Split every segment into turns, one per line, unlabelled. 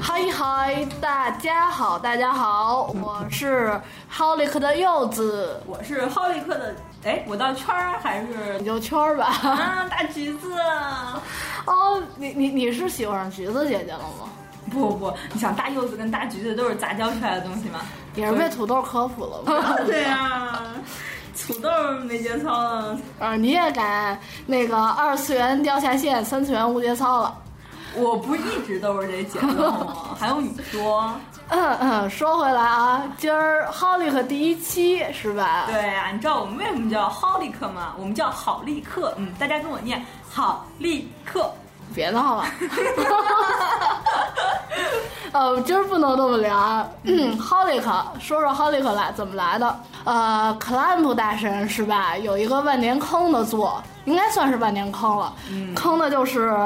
嗨嗨，大家好，大家好，我是浩利克的柚子，
我是浩利克的，哎，我到圈儿还是
你就圈儿吧。
啊大橘子？
哦，你你你是喜欢上橘子姐姐了吗？
不不不，你想大柚子跟大橘子都是杂交出来的东西吗？
也是被土豆科普了吧？
对呀， 土豆没节操了，
啊，你也敢那个二次元掉下线，三次元无节操了。
我不一直都是这节奏吗？还用你说？
嗯嗯，说回来啊，今儿浩利克第一期是吧？
对呀、你知道我们为什么叫好利克吗？我们叫好利克，嗯，大家跟我念好利克。
别闹了。 呃，今儿不能这么聊啊。嗯 Holic，说说 Holic 来怎么来的？呃，Clamp 大神是吧？有一个万年坑的作，应该算是万年坑了。坑的就是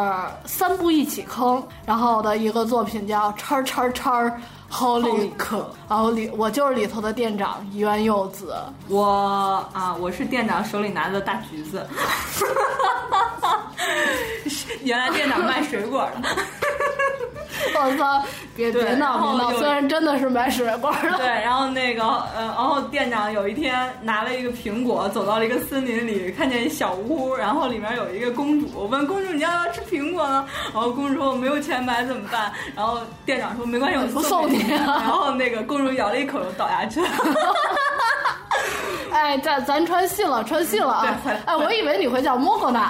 三部一起坑，然后的一个作品叫叉叉叉 Holic，然后里我就是里头的店长一元柚子。
我啊，我是店长手里拿的大橘子。 原来店长卖水果的，
我操，别别
对
闹别
然
闹！
后有
虽然真的是买水果
对，
的，
然后那个呃，然后店长有一天拿了一个苹果，走到了一个森林里，看见一小屋，然后里面有一个公主，问公主你要不要吃苹果呢？然后公主说我没有钱买怎么办？然后店长说没关系，我
送
给
你啊
然后那个公主咬了一口就倒下去了。
哎，咱咱穿信了，穿信了啊
对！
哎，
快
我以为你会叫莫格 纳，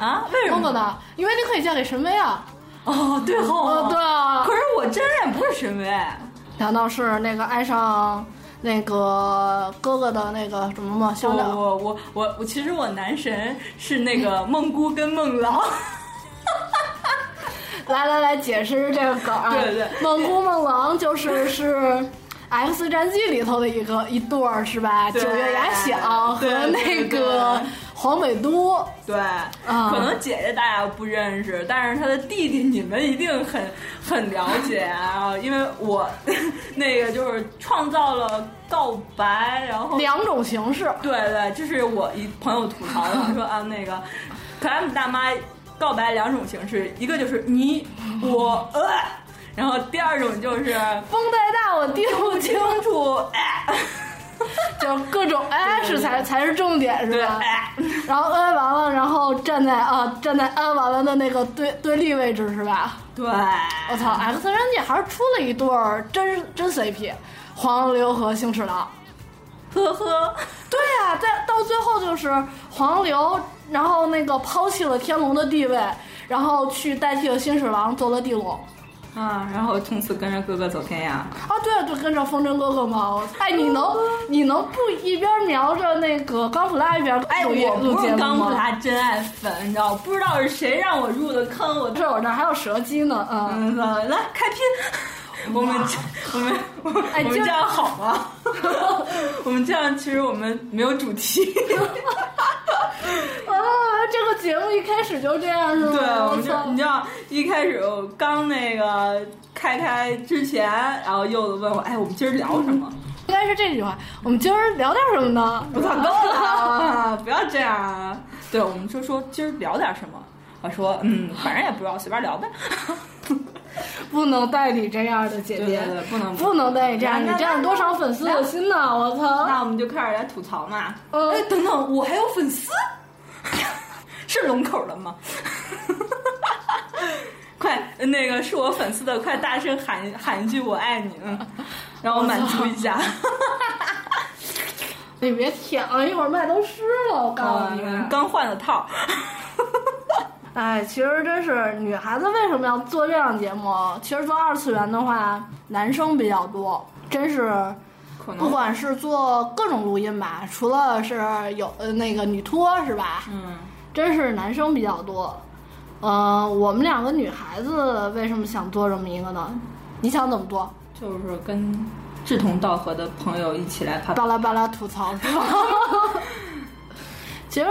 啊？为什
莫格
么？
纳，因为你可以嫁给神威啊。
哦，对
哦
哦，，
对。啊
可，是我真人也不是神威。
难道是那个爱上那个哥哥的那个什么吗？兄弟
我？我我我我，其实我男神是那个梦姑跟梦郎，
来来来，解释这个梗儿。
对对
梦姑梦郎就是是。X 战记里头的一个一对儿是吧？
对
九月雅响和
对对
那
对
个黄美都，
对，
啊
可能姐姐大家不认识，但是他的弟弟你们一定很很了解啊，因为我 那个就是创造了告白，然后
两种形式。
对对，这是我一朋友吐槽的，说啊那个可爱姆大妈告白两种形式，一个就是你我呃，然后第二种就是
风太大我听不
不
清
清，楚哎，
就各种哎是才才是重点是
对
吧？
哎。
然后摁完了，然后站在啊站在摁完了的那个对对立位置是吧？
对，啊
我
我
操，X 战警还是出了一对儿真真 CP，黄流和星驰狼。
呵呵，
对呀、在到最后就是黄流，然后那个抛弃了天龙的地位，然后去代替了星驰狼做了地龙。
啊，然后从此跟着哥哥走天涯。
啊，对啊，就跟着风筝哥哥嘛。我哎，你 能你能不一边瞄着那个钢普拉一边
哎，
录音
我
录
不
节
是
目
刚普
吗？
拉真爱粉，你知道，不知道是谁让我入的坑，我这，
这我这还有蛇姬呢，嗯。
嗯，来开拼。我们我 们我们
哎
我们
这
这样好吗？ 我们这样其实我们没有主 题，
啊，这个节目一开始就这样是吗？
嗯对，啊我们
操
这你知道一开始我刚那个开开之前，然后柚子问我，哎，我们今儿聊什么？
应该是这句话。我们今儿聊点什么呢？
我操，够了啊，不要这样啊！对，我们就说今儿聊点什么。我说，嗯，反正也不知道，随便聊呗。
不能带你这样的姐姐
对对，对不能
不能带你这样，
那
你
那
这样多伤粉丝的心呐！我操，
那我们就开始来吐槽嘛。
嗯
哎，等等，我还有粉丝，是龙口的吗？ 快，那个是我粉丝的，快大声喊喊一句“我爱你”，嗯，让我满足一下。
你别舔了，一会儿麦都湿了。我告诉你，
嗯刚换的套。
哎，其实真是女孩子为什么要做这样节目？其实做二次元的话，男生比较多，真是
可
不管是做各种录音吧，除了是有呃那个女托是吧？
嗯，
真是男生比较多。呃，我们两个女孩子为什么想做这么一个呢？你想怎么做？
就是跟志同道合的朋友一起来 拍。
巴拉巴拉吐槽是吧？ 其实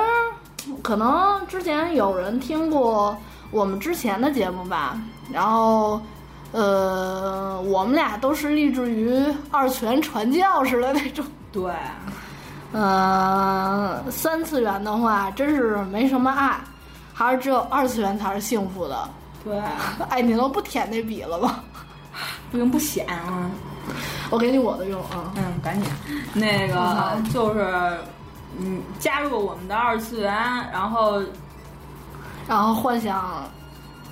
可能之前有人听过我们之前的节目吧，然后呃，我们俩都是立志于二次元传教似的那种。
对，啊
呃，三次元的话真是没什么爱，还是只有二次元才是幸福的。
对。啊
哎，你都不舔那笔了吗？
不用不显啊。
我给你我的用啊。
嗯，赶紧，那个就是，嗯，加入我们的二次元，然后，
然后幻想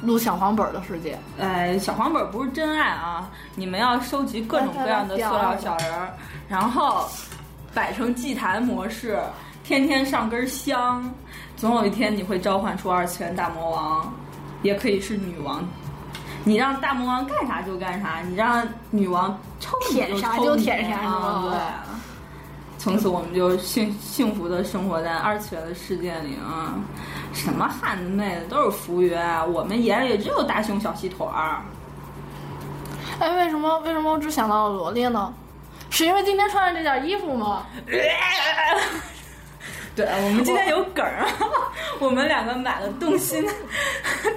录小黄本儿的世界，
呃，小黄本不是真爱啊，你们要收集各种各样的塑料小人儿，然后摆成祭坛模式，天天上根香，总有一天你会召唤出二次元大魔王，也可以是女王。你让大魔王干啥就干啥，你让女王抽你
舔啥
抽
就
你
舔啥是
啊
吧
对啊。从此我们就幸幸福的生活在二次元的世界里啊！什么汉子妹子都是浮云，啊我们眼里只有大胸小细腿儿。
哎，为什么为什么我只想到了萝莉呢？是因为今天穿上这件衣服吗？
对，我们今天有梗儿，我们两个买了动 心的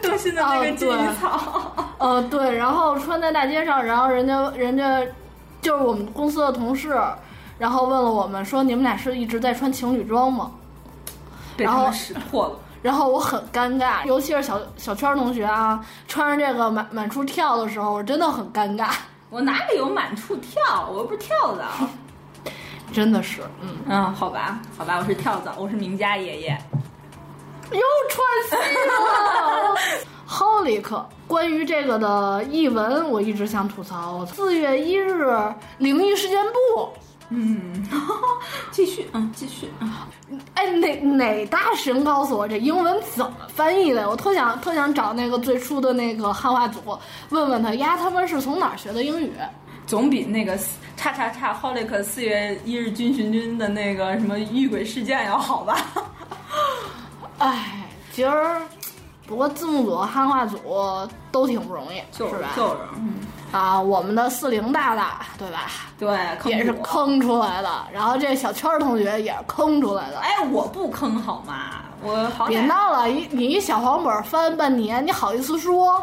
动心的那个
哦
薰衣草。
呃，对，然后穿在大街上，然后人家人家就是我们公司的同事，然后问了我们说你们俩是一直在穿情侣装吗？
被
然
他
后
们识破了，
然后我很尴尬，尤其是小小圈儿同学啊，穿着这个满满处跳的时候，我真的很尴尬，
我哪里有满处跳？我又不是跳蚤。
真的是，嗯，
嗯，好吧，好吧，我是跳蚤，我是名家爷爷。
又穿戏了。Holic，关于这个的译文，我一直想吐槽。四月一日，灵异事件部，
嗯，继续，嗯，继续，嗯，
哎，哪哪大神告诉我这英文怎么翻译的？我特想特想找那个最初的那个汉化组，问问他呀，他们是从哪儿学的英语？
总比那个四叉叉叉 holic 四月一日军巡军的那个什么遇鬼事件要好吧？
哎，其实，不过字幕组、和汉化组都挺不容易，
就是
吧？
就是，嗯，
啊，我们的四零大大，对吧？
对，坑
也是
我。
坑出来的，然后这小圈儿同学也是坑出来的。
哎，我不坑好吗？我好
别
歹
闹了，一你一小黄本儿翻半年，你好意思说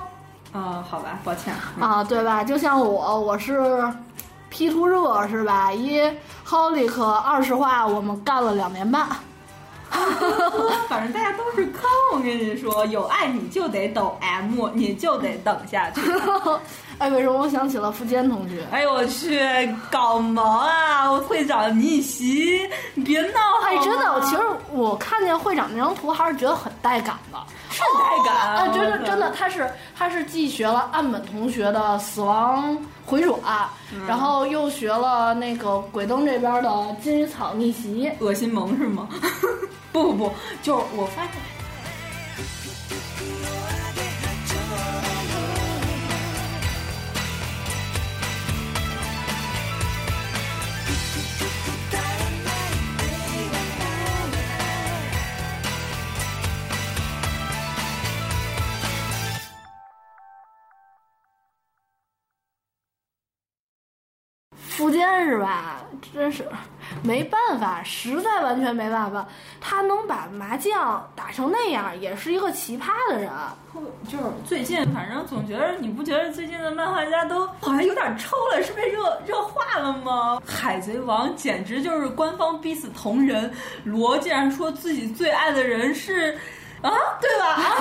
呃，好吧，抱歉。
啊？对吧？就像我，我是 P 图热是吧？一 Holic 二十话，我们干了两年半。
反正大家都是坑，我跟你说，有爱你就得抖 M，你就得等下去。
哎，为什么我想起了付坚同学？
哎呦我去，搞毛啊！我会长逆袭，你别闹好吗
哎，真的，其实我看见会长那张图还是觉得很带感的。
是带感
啊，真的
我
真的，他是他是既学了岸本同学的《死亡回转》然后又学了那个鬼灯这边的《金鱼草逆袭》。
恶心萌是吗？ 不不不，就是我发现。
富坚是吧？真是没办法，实在完全没办法。他能把麻将打成那样，也是一个奇葩的人。
就是最近，反正总觉得你不觉得最近的漫画家都好像有点抽了，是被热热化了吗？海贼王简直就是官方逼死同人，罗竟然说自己最爱的人是啊，对吧？啊，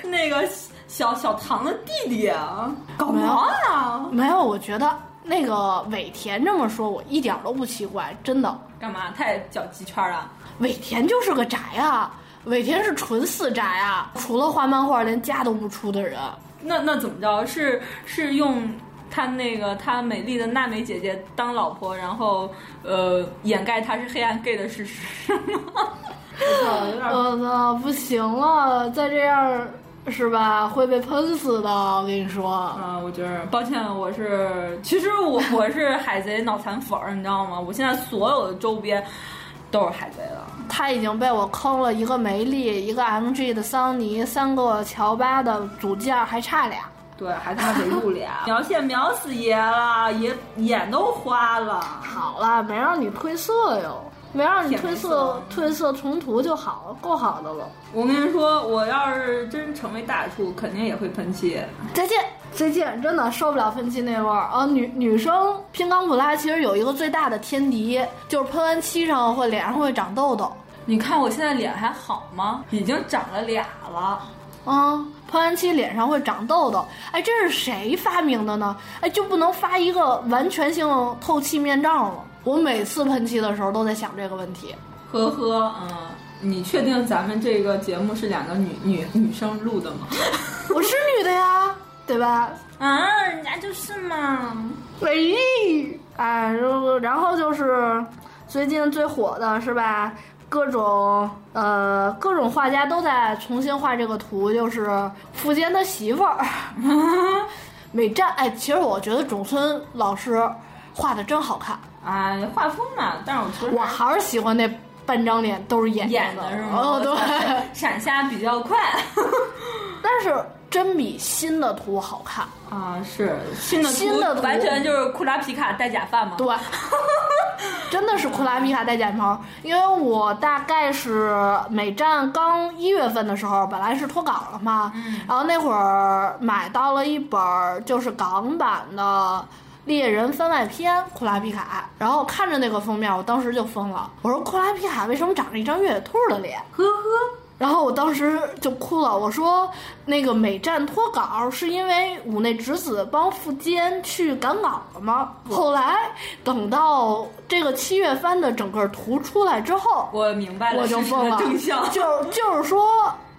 是那个小小唐的弟弟啊，搞毛啊？
没有，我觉得那个尾田这么说，我一点都不奇怪，真的。
干嘛？他也搅鸡圈啊？
尾田就是个宅啊，尾田是纯死宅啊，除了画漫画连家都不出的人。
那那怎么着？是是用他那个他美丽的娜美姐姐当老婆，然后呃掩盖他是黑暗 gay 的事实吗？ 有点
我操，不行了，再这样是吧，会被喷死的。我跟你说，
啊、我觉得抱歉，我是其实我我是海贼脑残粉儿，你知道吗？我现在所有的周边都是海贼的。
他已经被我坑了一个梅丽，一个 MG 的桑尼，三个乔巴的组件，还差俩。
对，还他妈得入 俩，描线描死爷了，爷眼都花了。
好了，没让你褪色哟，没让你褪色，褪色重涂就好了，够好的了。
我跟你说，我要是真成为大厨，肯定也会喷漆。
再见，再见！真的受不了喷漆那味儿啊！女女生拼钢普拉其实有一个最大的天敌，就是喷完漆上会脸上会长痘痘。
你看我现在脸还好吗？已经长了俩了。
嗯，喷完漆脸上会长痘痘。哎，这是谁发明的呢？哎，就不能发一个完全性透气面罩吗？我每次喷漆的时候都在想这个问题。
呵呵，嗯，你确定咱们这个节目是两个女女女生录的吗？
我是女的呀，对吧？
啊，人家就是嘛。
喂，哎，如果然后就是最近最火的是吧？各种呃，各种画家都在重新画这个图，就是富坚他媳妇儿 美战。哎，其实我觉得种村老师画的真好看，
啊，画风嘛，但是我觉得
我还是喜欢那半张脸都是眼睛
演的是吗？
哦，对，
闪瞎比较快。
但是真比新的图好看。
啊，是新的
新的图
完全就是库拉皮卡戴假发嘛。
对，真的是库拉皮卡戴假毛，因为我大概是美站刚一月份的时候，本来是脱稿了嘛，
嗯
然后那会儿买到了一本儿就是港版的。猎人番外篇库拉皮卡，然后看着那个封面，我当时就疯了。我说库拉皮卡为什么长着一张越野兔的脸？
呵呵，
然后我当时就哭了，我说那个美战脱稿是因为五内直子帮富坚去赶稿了吗？后来等到这个七月番的整个图出来之后，
我明白了
我就
事实
疯
的
了
真相。
就就是说，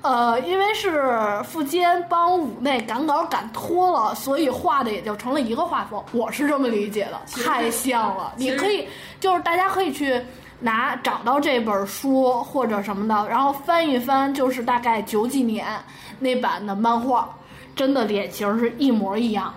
呃，因为是富坚帮五内赶稿赶脱了，所以画的也就成了一个画风。我是这么理解的，
实
太像了。
其
你
实
可以就是大家可以去。拿找到这本书或者什么的，然后翻一翻，就是大概九几年那版的漫画，真的脸型是一模一样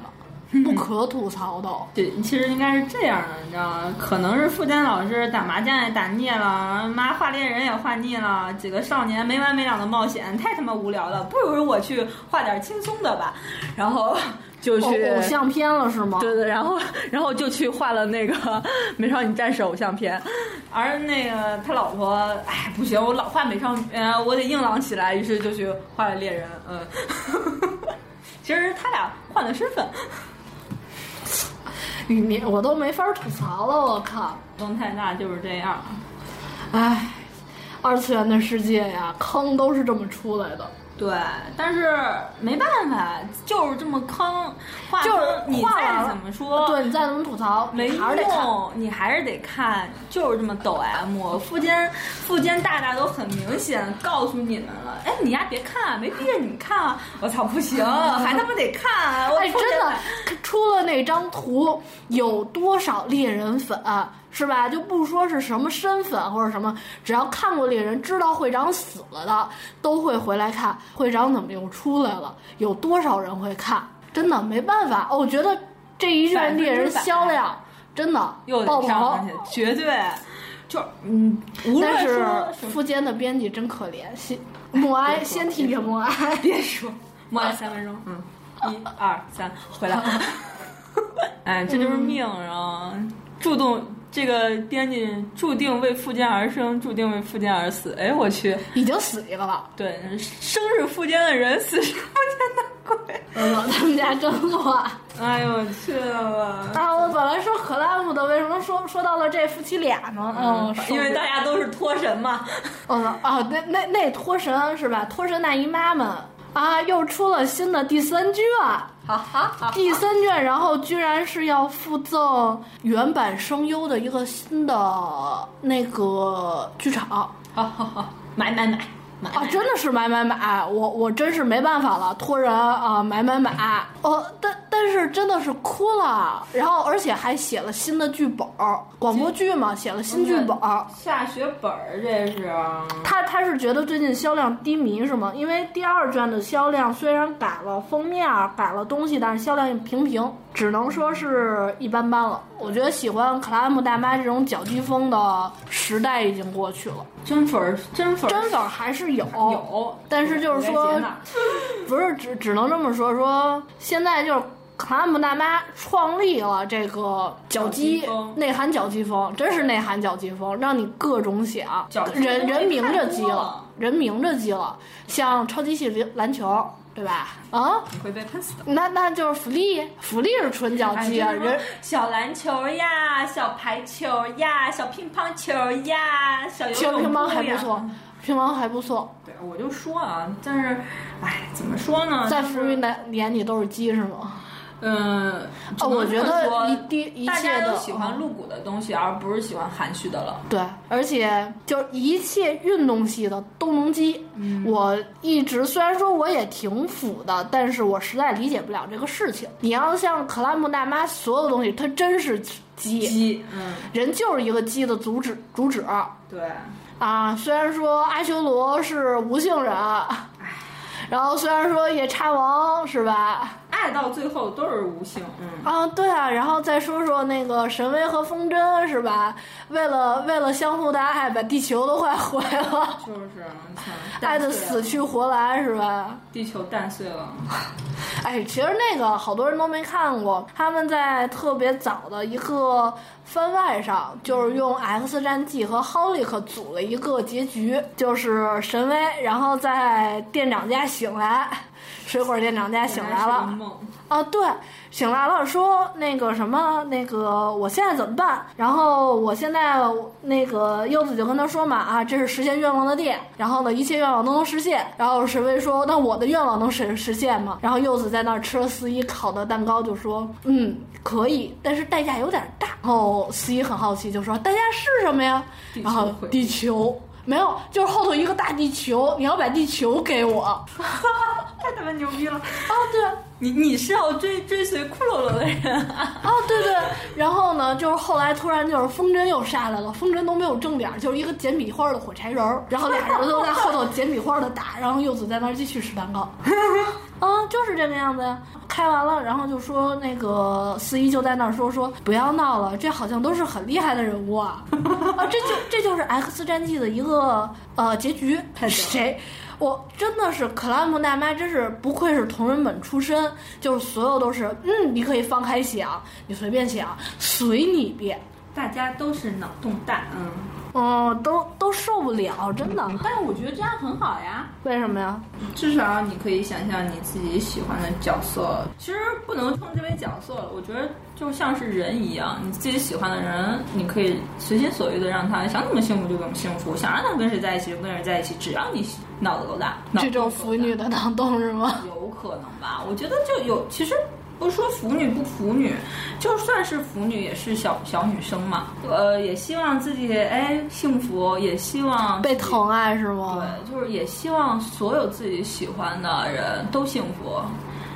的，不可吐槽的。
对，其实应该是这样的，你知道吗？可能是富坚老师打麻将也打腻了，妈画猎人也画腻了，几个少年没完没了的冒险太他妈无聊了，不如我去画点轻松的吧。然后 就
偶
去
偶像片了是吗？
对对，然后然后就去画了那个《美少女战士》偶像片，而那个他老婆，哎，不行，我老画美少女，呃，我得硬朗起来，于是就去画了猎人，嗯， 其实他俩换了身份，
你你我都没法吐槽了，我靠！
东太大就是这样，
唉，二次元的世界呀，坑都是这么出来的。
对，但是没办法，就是这么坑，画
就是
坑你
画完
再
了
怎么说，
对你再怎么吐槽，
哦没
你还是得看。
用，你还是得看，就是这么抖 M。富坚，富坚大大都很明显告诉你们了，哎，你呀别看，没逼着你们看啊！我操，不行，还他妈得看，啊我
哎，
特别
真的，出了那张图，有多少猎人粉、是吧？就不说是什么身份或者什么，只要看过猎人，知道会长死了的，都会回来看会长怎么又出来了。有多少人会看？真的没办法，哦我觉得这一
百
任
分之
猎人
百
销量真的
又
爆
得上
棚
去。，绝对。就是嗯，无论
但是
说什么
富坚的编辑真可怜，先默哀，先替着默 哀。
别说，默哀三分钟，嗯，一二三， 回来。哎，这就是命啊！注定这个编辑注定为富坚而生，注定为富坚而死。哎，我去，
已经死一个了，
对，生是富坚的人，死是富坚的鬼。
他们家真乱。
哎呦，我去了吧！
啊，我本来说克拉姆的，为什么说说到了这夫妻俩呢？嗯，受
因为
不了
大家都是托神嘛。
嗯啊，那那那托神是吧？托神大姨妈们啊，又出了新的第三卷，
好好好，
第三卷，然后居然是要附赠原版声优的一个新的那个剧场。
好好好，买买买买！
啊，真的是买买买，我我真是没办法了，托人啊，买买买，哦，但但是真的是哭了，然后而且还写了新的剧本儿，广播剧嘛，写了新剧本儿。
下血本儿这是。啊
他他是觉得最近销量低迷是吗？因为第二卷的销量虽然改了封面儿，改了东西，但是销量也平平，只能说是一般般了。我觉得喜欢克拉姆大妈这种脚击风的时代已经过去了，
真粉儿，真粉儿，
真粉儿还是有
有，
但是就是说
我在接纳
不是只只能这么说，说现在就是卡拉姆大妈创立了这个脚
脚击
击
风
内涵脚击风，真是内涵脚击风，让你各种想
脚击，风
人人明着击
太多
了
了，
人明着击了，像超级系篮篮球。对吧？啊，
你会被喷死的。
那那就是福利，福利是纯脚
哎
击啊，
这什么
人
小篮球呀，小排球呀，小乒乓球呀，小游
小
泳
乒乓还
裤呀
不错。平王还不错，
对，我就说啊，但是，哎，怎么说呢？
在
就是
扶余男眼里都是鸡是吗？
嗯，只
哦，
能
我觉
这么说
得一地一
大
切
家
的
都喜欢露骨的东西，而不是喜欢含蓄的了。
对，而且就是一切运动系的都能激。我一直虽然说我也挺腐的，但是我实在理解不了这个事情。你要像克拉姆大妈所有东西，它真是鸡，
鸡，嗯，
人就是一个鸡的主旨主旨
对，
啊。虽然说阿修罗是无性人，然后虽然说夜叉王是吧？
爱到最后都是无性，嗯，
啊，对啊，然后再说说那个神威和风筝是吧？为了为了相互的爱，把地球都快毁了，
就是像
爱的
蛋碎
死，
了
去活来是吧？
地球蛋碎了，
哎，其实那个好多人都没看过，他们在特别早的一个番外上，就是用 X 战记和 Holic 组了一个结局，就是神威，然后在店长家醒来，水果店长家醒来
原是
了
个。梦，
啊，对，醒来了，说那个什么，那个我现在怎么办？然后我现在那个柚子就跟他说嘛，啊，这是实现愿望的店，然后呢，一切愿望都能实现。然后石威说，那我的愿望能实实现吗？然后柚子在那儿吃了司仪烤的蛋糕，就说，嗯，可以，但是代价有点大。然后司仪很好奇，就说代价是什么呀？
地
然后
球毁
地球。没有，就是后头一个大地球，你要把地球给我 啊！
太他妈牛逼了！
对，
你你是要追追随骷髅髅的人啊？
哦，对对，然后呢，就是后来突然就是风筝又杀来了，风筝都没有正点儿，就是一个捡米花儿的火柴人儿，然后俩人都在后头捡米花的打，然后柚子在那儿继续吃蛋糕。嗯，就是这个样子呀。开完了，然后就说那个司仪就在那儿说说不要闹了，这好像都是很厉害的人物啊。啊，这就这就是 X 战记的一个呃结局。谁？我真的是克拉姆大妈，真是不愧是同人本出身，就是所有都是嗯，你可以放开想，你随便想，随你便。
大家都是脑洞大，嗯，
嗯，都都受不了，真的。
但是我觉得这样很好呀。
为什么呀？
至少你可以想象你自己喜欢的角色，其实不能称之为角色了。我觉得就像是人一样，你自己喜欢的人，你可以随心所欲的让他想怎么幸福就怎么幸福，想让他跟谁在一起就跟谁在一起，只要你脑子够大，脑
这种腐女的脑洞是吗？
有可能吧？我觉得就有，其实不是说腐女不腐女，就算是腐女也是小小女生嘛。呃，也希望自己哎幸福，也希望
被
自己
疼爱是吗？
对，就是也希望所有自己喜欢的人都幸福。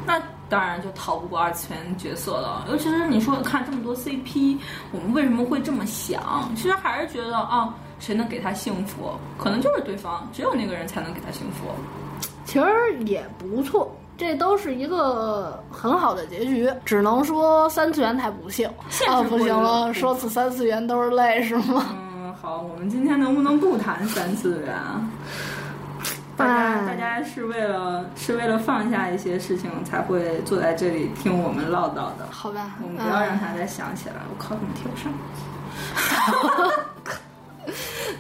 那当然就逃不过二次元角色了，尤其是你说看这么多 CP，我们为什么会这么想？其实还是觉得啊、谁能给他幸福？可能就是对方，只有那个人才能给他幸福。
其实也不错，这都是一个很好的结局。只能说三次元太不幸
现实
啊，
不嗯
不
是
行了，
不
说起三次元都是泪是吗？
嗯，好，我们今天能不能不谈三次元啊？大家，
哎
大家是为了是为了放下一些事情才会坐在这里听我们唠叨的。
好吧，
我们不要让
嗯
它再想起来。我靠，怎么贴不上？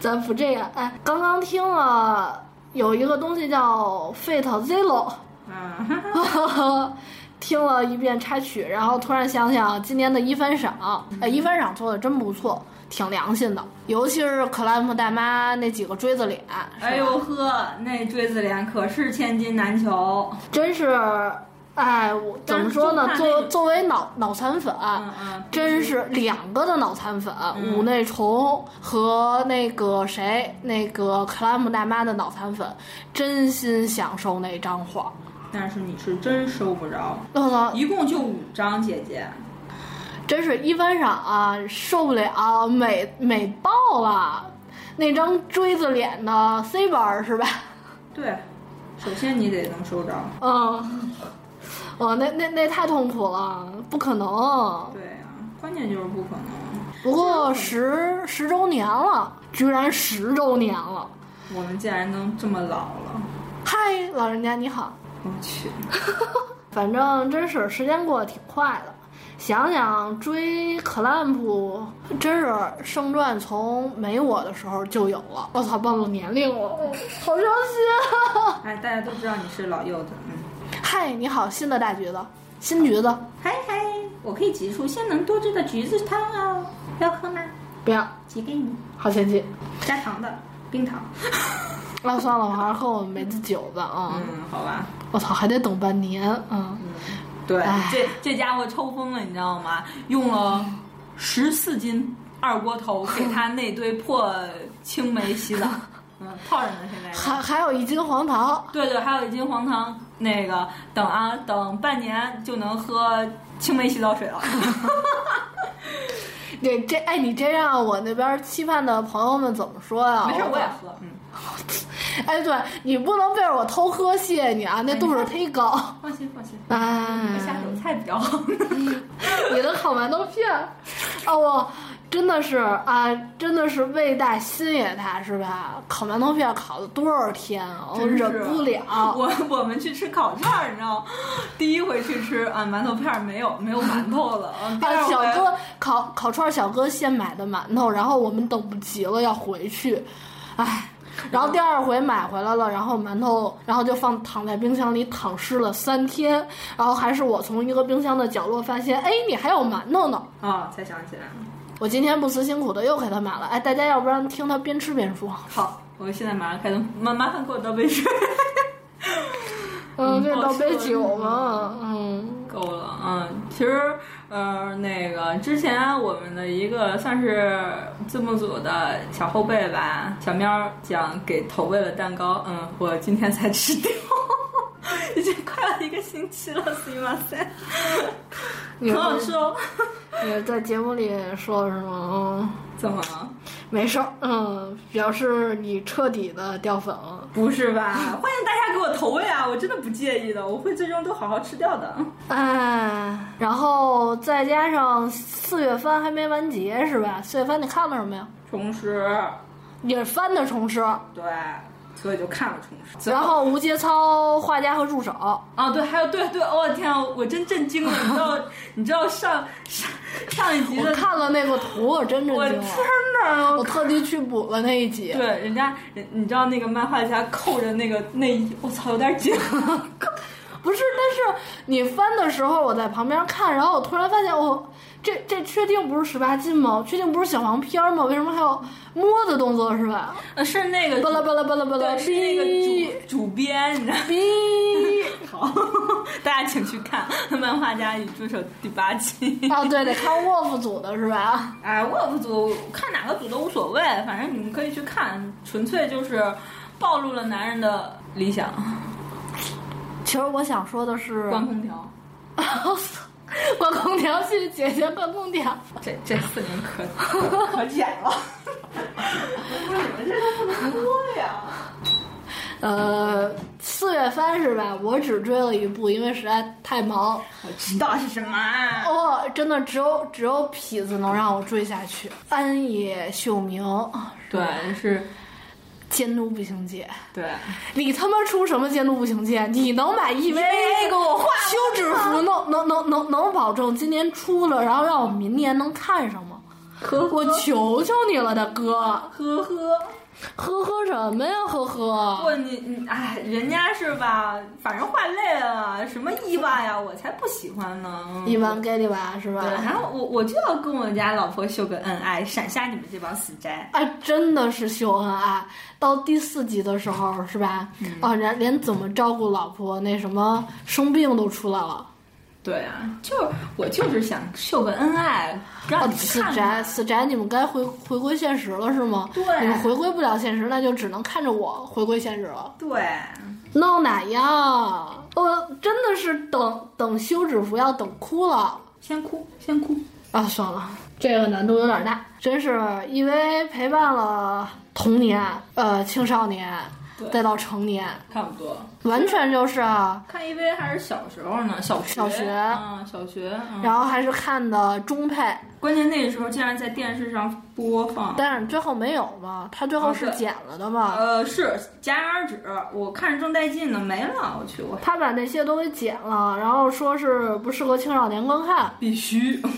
咱不这样。哎，刚刚听了有一个东西叫 Fate Zero，
啊，哈哈
听了一遍插曲，然后突然想想今年的一番赏，哎，一番赏做的真不错，挺良心的，尤其是克莱姆大妈那几个锥子脸，是吧
哎呦呵，那锥子脸可是千金难求。
真是，哎，我怎么说呢
但？是就怕那
作
种
作为脑脑残粉，啊
嗯嗯，
真是两个的脑残粉，
嗯
五内虫和那个谁，那个克拉姆大妈的脑残粉，真心享受那张画。
但是你是真收不着，
我操，
一共就五张，姐姐。
真是一番赏啊，受不了，美美爆了！那张锥子脸的 C 本儿是吧？
对，首先你得能收着。
嗯，哦，那那那太痛苦了，不可能。
对呀、关键就是不可能。
不过十十周年了，居然十周年了！
我们竟然能这么老了，
嗨，老人家你好，
我去。
反正真是时间过得挺快的。想想追克兰普，真是圣传从没我的时候就有了。我操，暴露年龄了，嗯好伤心啊！
哎，大家都知道你是老柚子，嗯。
嗨，你好，新的大橘子，新橘子，
嗨嗨，我可以挤出鲜能多汁的橘子汤哦，要喝吗？
不要，
挤给你，
好嫌弃。
加糖的，冰糖。
那啊算了，我还是喝我们梅子酒吧啊！
嗯，好吧。
我操，还得等半年啊！
对
唉，
这这家伙抽风了，你知道吗？用了十四斤二锅头给他那堆破青梅洗澡，嗯，泡着呢，现在。
还还有一斤黄桃，
对对，还有一斤黄糖，那个等啊，等半年就能喝青梅洗澡水了。
你这哎，你这让我那边期盼的朋友们怎么说呀、
没事，我也喝。嗯，
哎，对你不能背着我偷喝，谢谢你
哎
啊，那度数忒高。
放心放心，
哎，
下酒菜比较好。
你的烤馒头片儿，啊，我真的是啊，真的是胃大心也大，是吧？烤馒头片儿烤了多少天啊，我
真是
忍不了。
我哦我们去吃烤串儿，你知道吗，第一回去吃啊，馒头片儿没有没有馒头了。啊 第
啊，
二
小
回
哥烤烤串儿小哥现买的馒头，然后我们等不及了要回去，唉。然后第二回买回来了，然后馒头，然后就放躺在冰箱里躺尸了三天，然后还是我从一个冰箱的角落发现，哎，你还有馒头呢。
啊、才想起来。
我今天不辞辛苦的又给他买了，哎，大家要不然听他边吃边说。
好，我现在马上开灯，麻麻烦给我倒杯水。
嗯，
嗯
这倒杯
好吃
酒嘛，嗯，
够了，嗯，其实，呃，那个之前我们的一个算是字幕组的小后辈吧，小喵讲给投喂了蛋糕，嗯，我今天才吃掉， 已经快要一个星期了， 所以哇塞，
你
很好吃哦。
你在节目里说是吗？
怎么了？
嗯，没事儿，嗯，表示你彻底的掉粉了。
不是吧？欢迎大家给我投喂啊！我真的不介意的，我会最终都好好吃掉的。
哎，然后再加上四月番还没完结是吧？四月番你看了什么呀？
重拾，
也是番的重师，
对，所以就看了重拾。
然后无节操、画家和助手，
啊，对，还有对对，我、的天啊，我真震惊了！你知 道，你知道上上上一集
我
的，
看了那个图，我真震
我
惊
真
了，
的，
我特地去补了那一集。
对，人家人，你知道那个漫画家扣着那个内衣，我操，有点 紧。
不是，但是你翻的时候，我在旁边看，然后我突然发现我，这这确定不是十八禁吗？确定不是小黄片吗？为什么还有摸的动作是吧？
呃，是那个
巴拉巴拉巴拉巴拉，
对，是那个主主编，你知道。
哔
好， 大家请去看《漫画家与助手》第八期。
哔啊，对，得看沃夫组的是吧？
哎，我也不组看哪个组都无所谓，反正你们可以去看，纯粹就是暴露了男人的理想。
其实我想说的是，
关空调，
关空调，谢谢姐姐关空调。
这这四年可 可减了。为什么这都不能播呀？
呃，四月番是吧？我只追了一部，因为实在太忙。
我知道是什么啊。
哦，真的只有只有痞子能让我追下去。安野秀明，
对，是，
监督步行街，
对，
你他妈出什么监督步行街？你能买 EVA
没给我画
休止符能能能能能保证今年出了，然后让我明年能看上吗？
呵
我求求你了，大哥！
呵呵。
呵呵什么呀？呵呵，
不，你你哎，人家是吧？反正画累了，什么意外呀？我才不喜欢呢。
一般 gay 吧是
对，
吧？
然后我我就要跟我家老婆秀个恩爱，闪瞎你们这帮死宅。
哎，真的是秀恩爱。到第四集的时候是吧？啊，连连怎么照顾老婆那什么生病都出来了。
对啊，就是我就是想秀个恩爱，让
哦，
你
死
们看
宅，
看。
死宅，你们该回回归现实了是吗？
对
你们回归不了现实，那就只能看着我回归现实了。
对，
闹哪呀？我哦真的是等等休止符要等哭了
先哭，先哭。
啊！算了，这个难度有点大，真是因为陪伴了童年、呃青少年，
对
再到成年，
差不多。
完全就是啊。
看 EV 还是小时候呢，小学，
小学
嗯，小学。嗯、
然后还是看的中配，
关键那个时候竟然在电视上播放。
但是最后没有嘛，他最后
哦
是
对
剪了的嘛。
呃，是戛然而止，我看着正带劲呢，没了，我去，我
他把那些都给剪了，然后说是不适合青少年观看，
必须。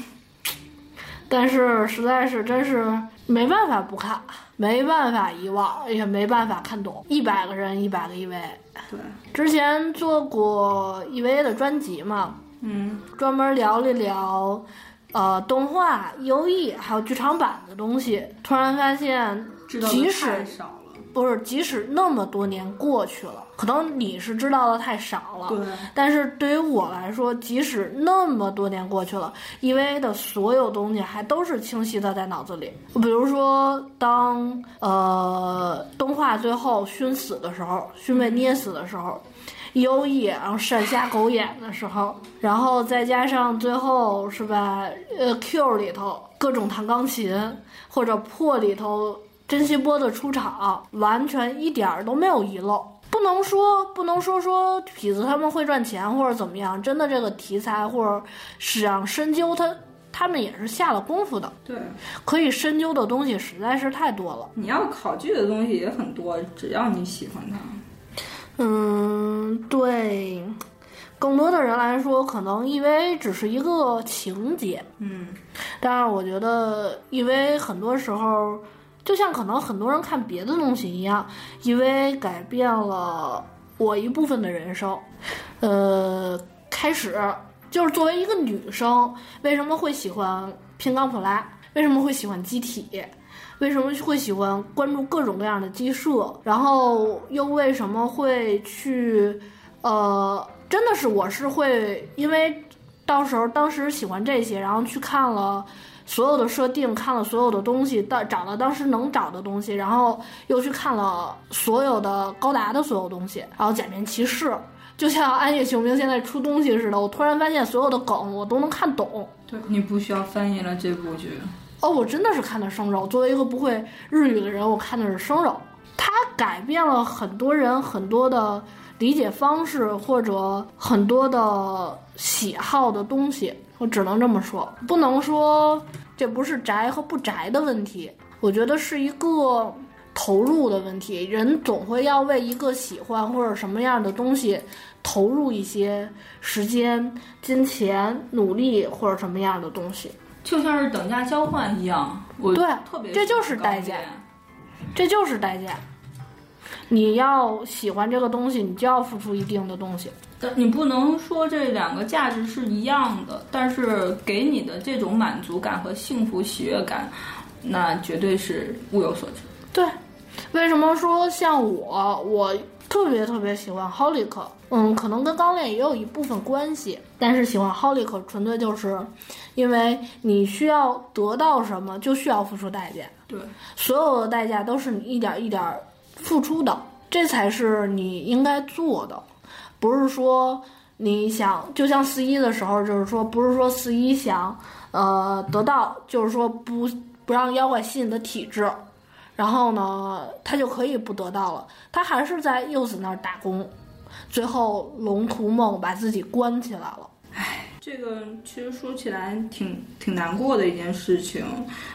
但是实在是真是没办法不看，没办法遗忘，也没办法看懂。一百个人，一百个 EV。
对，
之前做过 EVA 的专辑嘛，
嗯，
专门聊了聊，呃，动画、优异还有剧场版的东西。突然发现，
知道
即
的
使
太少了。
不是，即使那么多年过去了，可能你是知道的太少了，
对，
但是对于我来说，即使那么多年过去了，EVA 的所有东西还都是清晰的在脑子里。比如说，当呃动画最后熏死的时候，熏被捏死的时候，优异，然后闪瞎狗眼的时候，然后再加上最后是吧？呃，Q 里头各种弹钢琴，或者破里头珍惜波的出场，完全一点儿都没有遗漏。不能说不能说说痞子他们会赚钱或者怎么样，真的这个题材或者史上深究他他们也是下了功夫的，
对，
可以深究的东西实在是太多了。
你要考据的东西也很多，只要你喜欢它。
嗯，对，更多的人来说，可能 EVA 只是一个情节，
嗯，
但是我觉得 EVA 很多时候，就像可能很多人看别的东西一样，EVA 改变了我一部分的人生。呃，开始就是作为一个女生，为什么会喜欢拼钢普拉？为什么会喜欢机体？为什么会喜欢关注各种各样的鸡舍？然后又为什么会去？呃，真的是我是会因为到时候当时喜欢这些，然后去看了所有的设定，看了所有的东西，到找了当时能找的东西，然后又去看了所有的高达的所有东西，然后假面骑士，就像暗夜雄兵现在出东西似的，我突然发现所有的梗我都能看懂。
对你不需要翻译了这部剧。
哦，我真的是看的生肉。作为一个不会日语的人，我看的是生肉。它改变了很多人很多的理解方式，或者很多的喜好的东西。我只能这么说，不能说这不是宅和不宅的问题。我觉得是一个投入的问题。人总会要为一个喜欢或者什么样的东西投入一些时间、金钱、努力或者什么样的东西。
就像是等价交换一样，我
对
特别
这就是
喜欢高
代价
阶
这就是代价。你要喜欢这个东西，你就要付出一定的东西。
但你不能说这两个价值是一样的，但是给你的这种满足感和幸福喜悦感，那绝对是物有所值。
对，为什么说像我，我特别特别喜欢 Holic，嗯，可能跟刚练也有一部分关系，但是喜欢 Holic 纯粹就是，因为你需要得到什么，就需要付出代价，
对，
所有的代价都是你一点一点付出的，这才是你应该做的，不是说你想，就像四一的时候，就是说不是说四一想，呃，得到就是说不不让妖怪吸引的体质，然后呢，他就可以不得到了，他还是在柚子那儿打工，最后龙图梦把自己关起来了。
这个其实说起来挺挺难过的一件事情。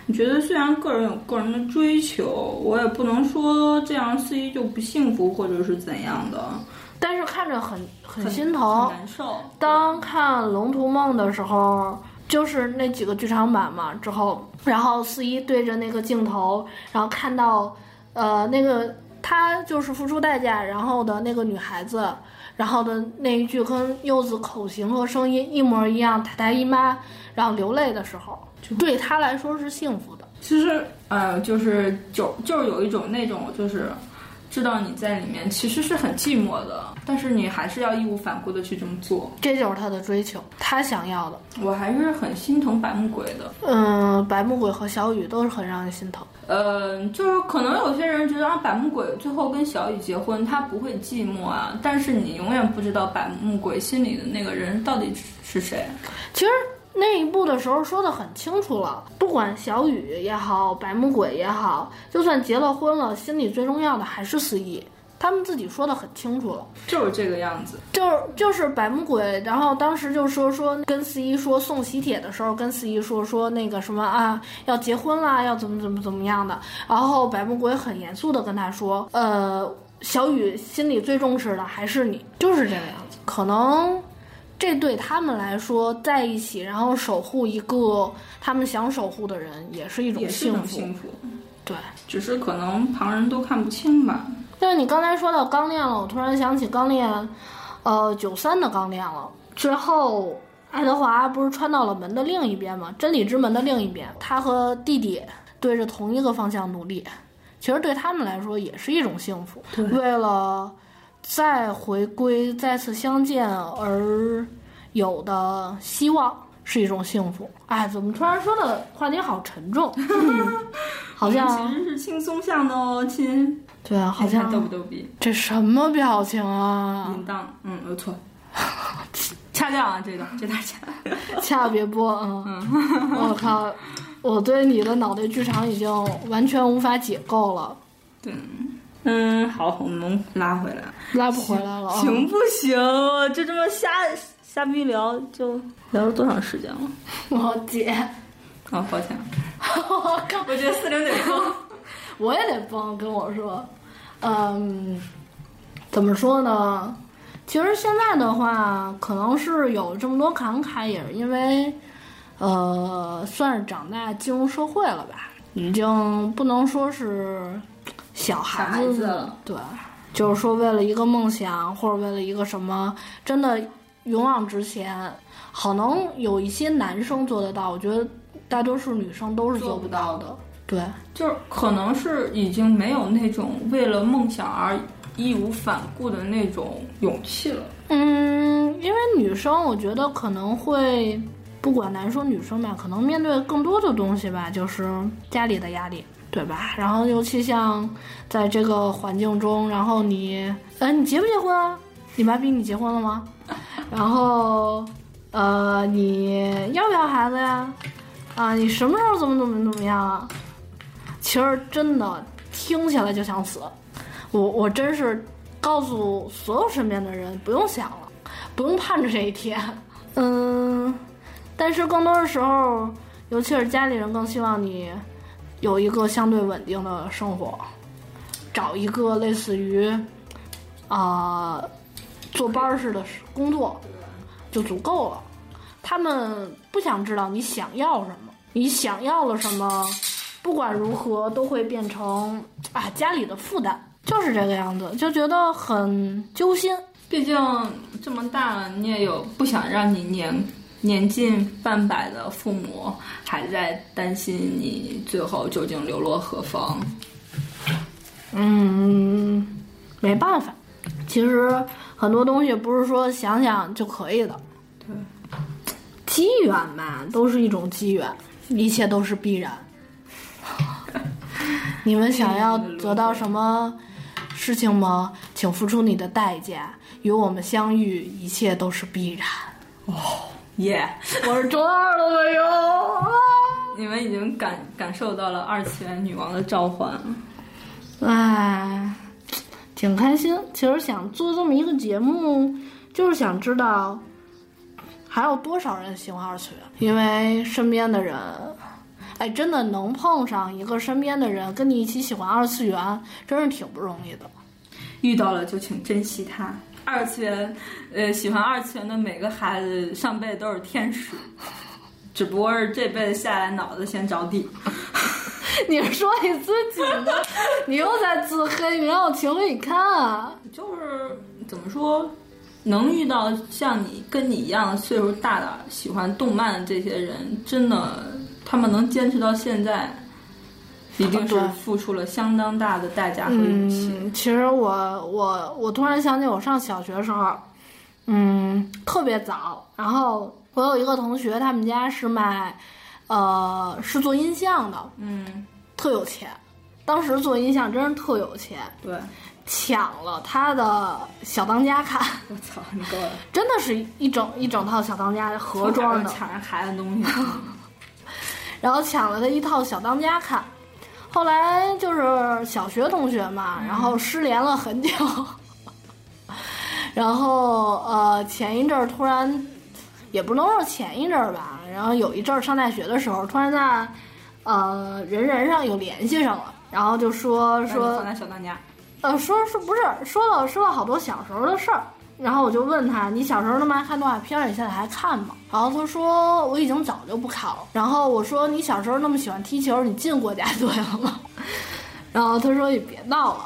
你觉得虽然个人有个人的追求，我也不能说这样四一就不幸福或者是怎样的，
但是看着很很
很
心
很
疼。
难受。
当看《龙图梦》的时候，就是那几个剧场版嘛，之后，然后四一对着那个镜头，然后看到，呃，那个他就是付出代价，然后的那个女孩子，然后的那一句跟柚子口型和声音一模一样，太太姨妈，然后流泪的时候，对他来说是幸福的。
其实，呃，就是就就是有一种那种就是。知道你在里面其实是很寂寞的，但是你还是要义无反顾的去这么做。
这就是他的追求，他想要的。
我还是很心疼白木鬼的，
嗯，白木鬼和小雨都是很让人心疼。
呃，就是可能有些人觉得啊，百目鬼最后跟小雨结婚，他不会寂寞啊，但是你永远不知道百目鬼心里的那个人到底是谁。
其实那一部的时候说的很清楚了，不管小雨也好，白木鬼也好，就算结了婚了，心里最重要的还是思忆。他们自己说的很清楚了，
就是这个样子，
就是就是白木鬼，然后当时就说说跟四一说送喜帖的时候，跟四一说说那个什么啊要结婚啦，要怎么怎么怎么样的，然后白木鬼很严肃的跟他说，呃，小雨心里最重视的还是你，就是这个样子，可能。这对他们来说，在一起，然后守护一个他们想守护的人，也是一种
也是一
幸
种
福。
幸福，
对，
只是可能旁人都看不清吧。
但是你刚才说到钢炼了，我突然想起钢炼，呃，九三的钢炼了。之后，爱德华不是穿到了门的另一边吗？真理之门的另一边，他和弟弟对着同一个方向努力，其实对他们来说也是一种幸福。
对
为了再回归、再次相见而有的希望，是一种幸福。哎，怎么突然说的话题好沉重？好像
其实是轻松向的哦，亲，
对啊，好
你看逗
像
不逗逼？
这什么表情啊？
淫荡，嗯，呃错，掐掉啊，这段这段掐。
恰别播啊！
嗯
我靠，我对你的脑袋剧场已经完全无法解构了，
嗯，好，我们拉回来，
拉不回来了啊！
行不行？就这么瞎瞎逼聊，就聊了多长时间了？
嗯我姐，
啊，抱歉，
我靠，
我觉得四零得够。
我也得帮跟我说，嗯，怎么说呢？其实现在的话，可能是有这么多感慨，也是因为，呃，算是长大进入社会了吧，已经不能说是小孩
小孩子
子
了
对，就是说为了一个梦想或者为了一个什么，真的勇往直前。可能有一些男生做得到，我觉得大多数女生都是
做
做
不
不
到
到
的
的。对，
就是可能是已经没有那种为了梦想而义无反顾的那种勇气了。
嗯，因为女生，我觉得可能会不管男生女生吧，可能面对更多的东西吧，就是家里的压力，对吧？然后尤其像在这个环境中，然后你，哎，你结不结婚啊？你妈逼你结婚了吗？然后，呃，你要不要孩子呀？啊，你什么时候怎么怎么怎么样啊？其实真的听起来就想死，我我真是告诉所有身边的人，不用想了，不用盼着这一天。 嗯，但是更多的时候，尤其是家里人更希望你有一个相对稳定的生活，找一个类似于啊、坐班儿似的工作就足够了。他们不想知道你想要什么，你想要了什么，不管如何都会变成啊家里的负担，就是这个样子，就觉得很揪心。
毕竟这么大了，你也有不想让你年年近半百的父母还在担心你最后究竟流落何方。
嗯，没办法，其实很多东西不是说想想就可以的。
对，
机缘吧，都是一种机缘，一切都是必然。 你们想要得到什么事情吗？请付出你的代价。与我们相遇，一切都是必然。
耶、
我是中二了没有？啊
你们已经感感受到了二次元女王的召唤。
哎，挺开心。其实想做这么一个节目，就是想知道还有多少人喜欢二次元，因为身边的人，哎，真的能碰上一个身边的人跟你一起喜欢二次元，真是挺不容易的。
遇到了就请珍惜它。二次元，呃，喜欢二次元的每个孩子上辈子都是天使，只不过是这辈子下来脑子先着地。
你说你自己呢？ 你又在自黑，你让我情何以堪啊！
就是怎么说，能遇到像你跟你一样岁数大的喜欢动漫的这些人，真的他们能坚持到现在，一定是
对
付出了相当大的代价和勇气。
嗯，其实我我我突然想起我上小学的时候，嗯，特别早。然后我有一个同学，他们家是卖，呃，是做音像的，
嗯，
特有钱。当时做音像真是特有钱，
对，
抢了他的小当家看，
我操，你够了，
真的是一整一整套小当家盒装的。
抢人孩子 东西。哎
然后抢了他一套小当家看。后来就是小学同学嘛，
嗯
然后失联了很久， 然后呃前一阵儿突然，也不能说前一阵儿吧，然后有一阵儿上大学的时候，突然在呃人人上有联系上了，然后就说
哎那你
说
放在小当家，
呃，说说不是说了说了好多小时候的事儿，然后我就问他，你小时候他妈看动画片儿，你现在还看吗？然后他说我已经早就不看了。然后我说你小时候那么喜欢踢球，你进国家队了吗？ 然后他说你别闹了。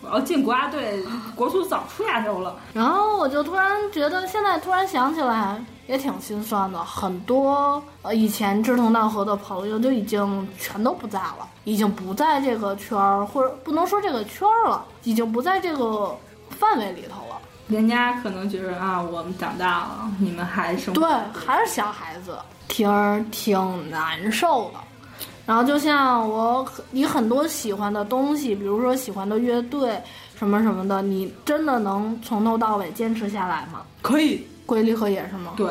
我要进国家队，国足早出亚洲了。
然后我就突然觉得，现在突然想起来，也挺心酸的。很多呃以前志同道合的朋友就已经全都不在了，已经不在这个圈儿，或者不能说这个圈儿了，已经不在这个范围里头了。
人家可能觉得啊，我们长大了，你们还生活
对，还是小孩子，挺挺难受的。然后就像我很，你很多喜欢的东西，比如说喜欢的乐队什么什么的，你真的能从头到尾坚持下来吗？
可以
瑰丽和也是吗？
对。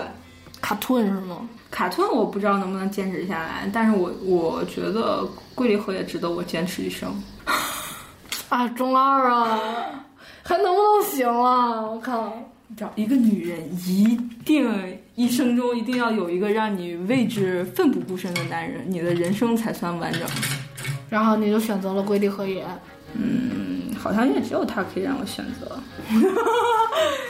卡顿是吗？
卡顿我不知道能不能坚持下来，但是我我觉得桂离河也值得我坚持一生。
啊，中二啊， 还能不能行啊？我靠，
你知道，一个女人一定一生中一定要有一个让你为之奋不顾身的男人，你的人生才算完整。
然后你就选择了瑰丽和也，
嗯，好像也只有他可以让我选择。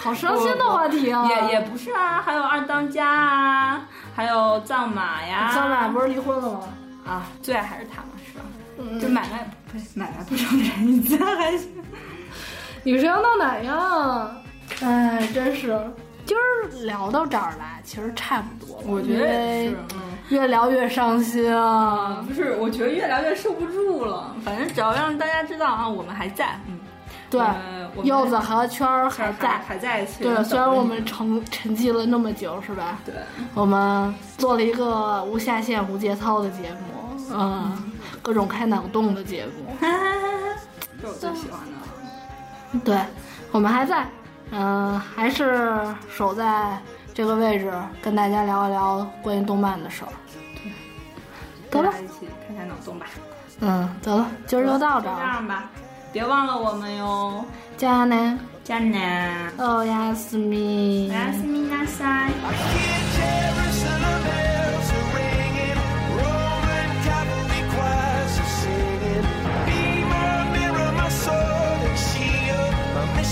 好伤心的话题啊！
也也不是啊，还有二当家啊，还有藏马呀。
咱俩不是离婚了吗？
啊，最爱还是他嘛，是吧？
嗯
就买卖不是买卖不成仁， 你这还是
女生要闹哪样？哎，真是，今儿聊到这儿来，其实差不多了。
我觉得也是。
因
嗯
为越聊越伤心啊！
不是，我觉得越聊越受不住了。反正只要让大家知道啊，我们还在，嗯，
对，
我们
柚子和圈儿还
还
在。
还在，其实
对，虽然我
等
们
着
沉沉寂了那么久，是吧？
你对
我们做了一个无下限、无节操的节目，嗯，各种开脑洞的节目。
这我最喜欢的了。
对，我们还在，嗯、还是守在这个位置，跟大家聊一聊关于动漫的事儿。得了
大家，一起开开脑洞吧。
嗯，得了，今儿就到这
就这
儿，
样吧，别忘了我们哟。
加油呢！
加呢，
哦，亚斯密。
おやすみなさい。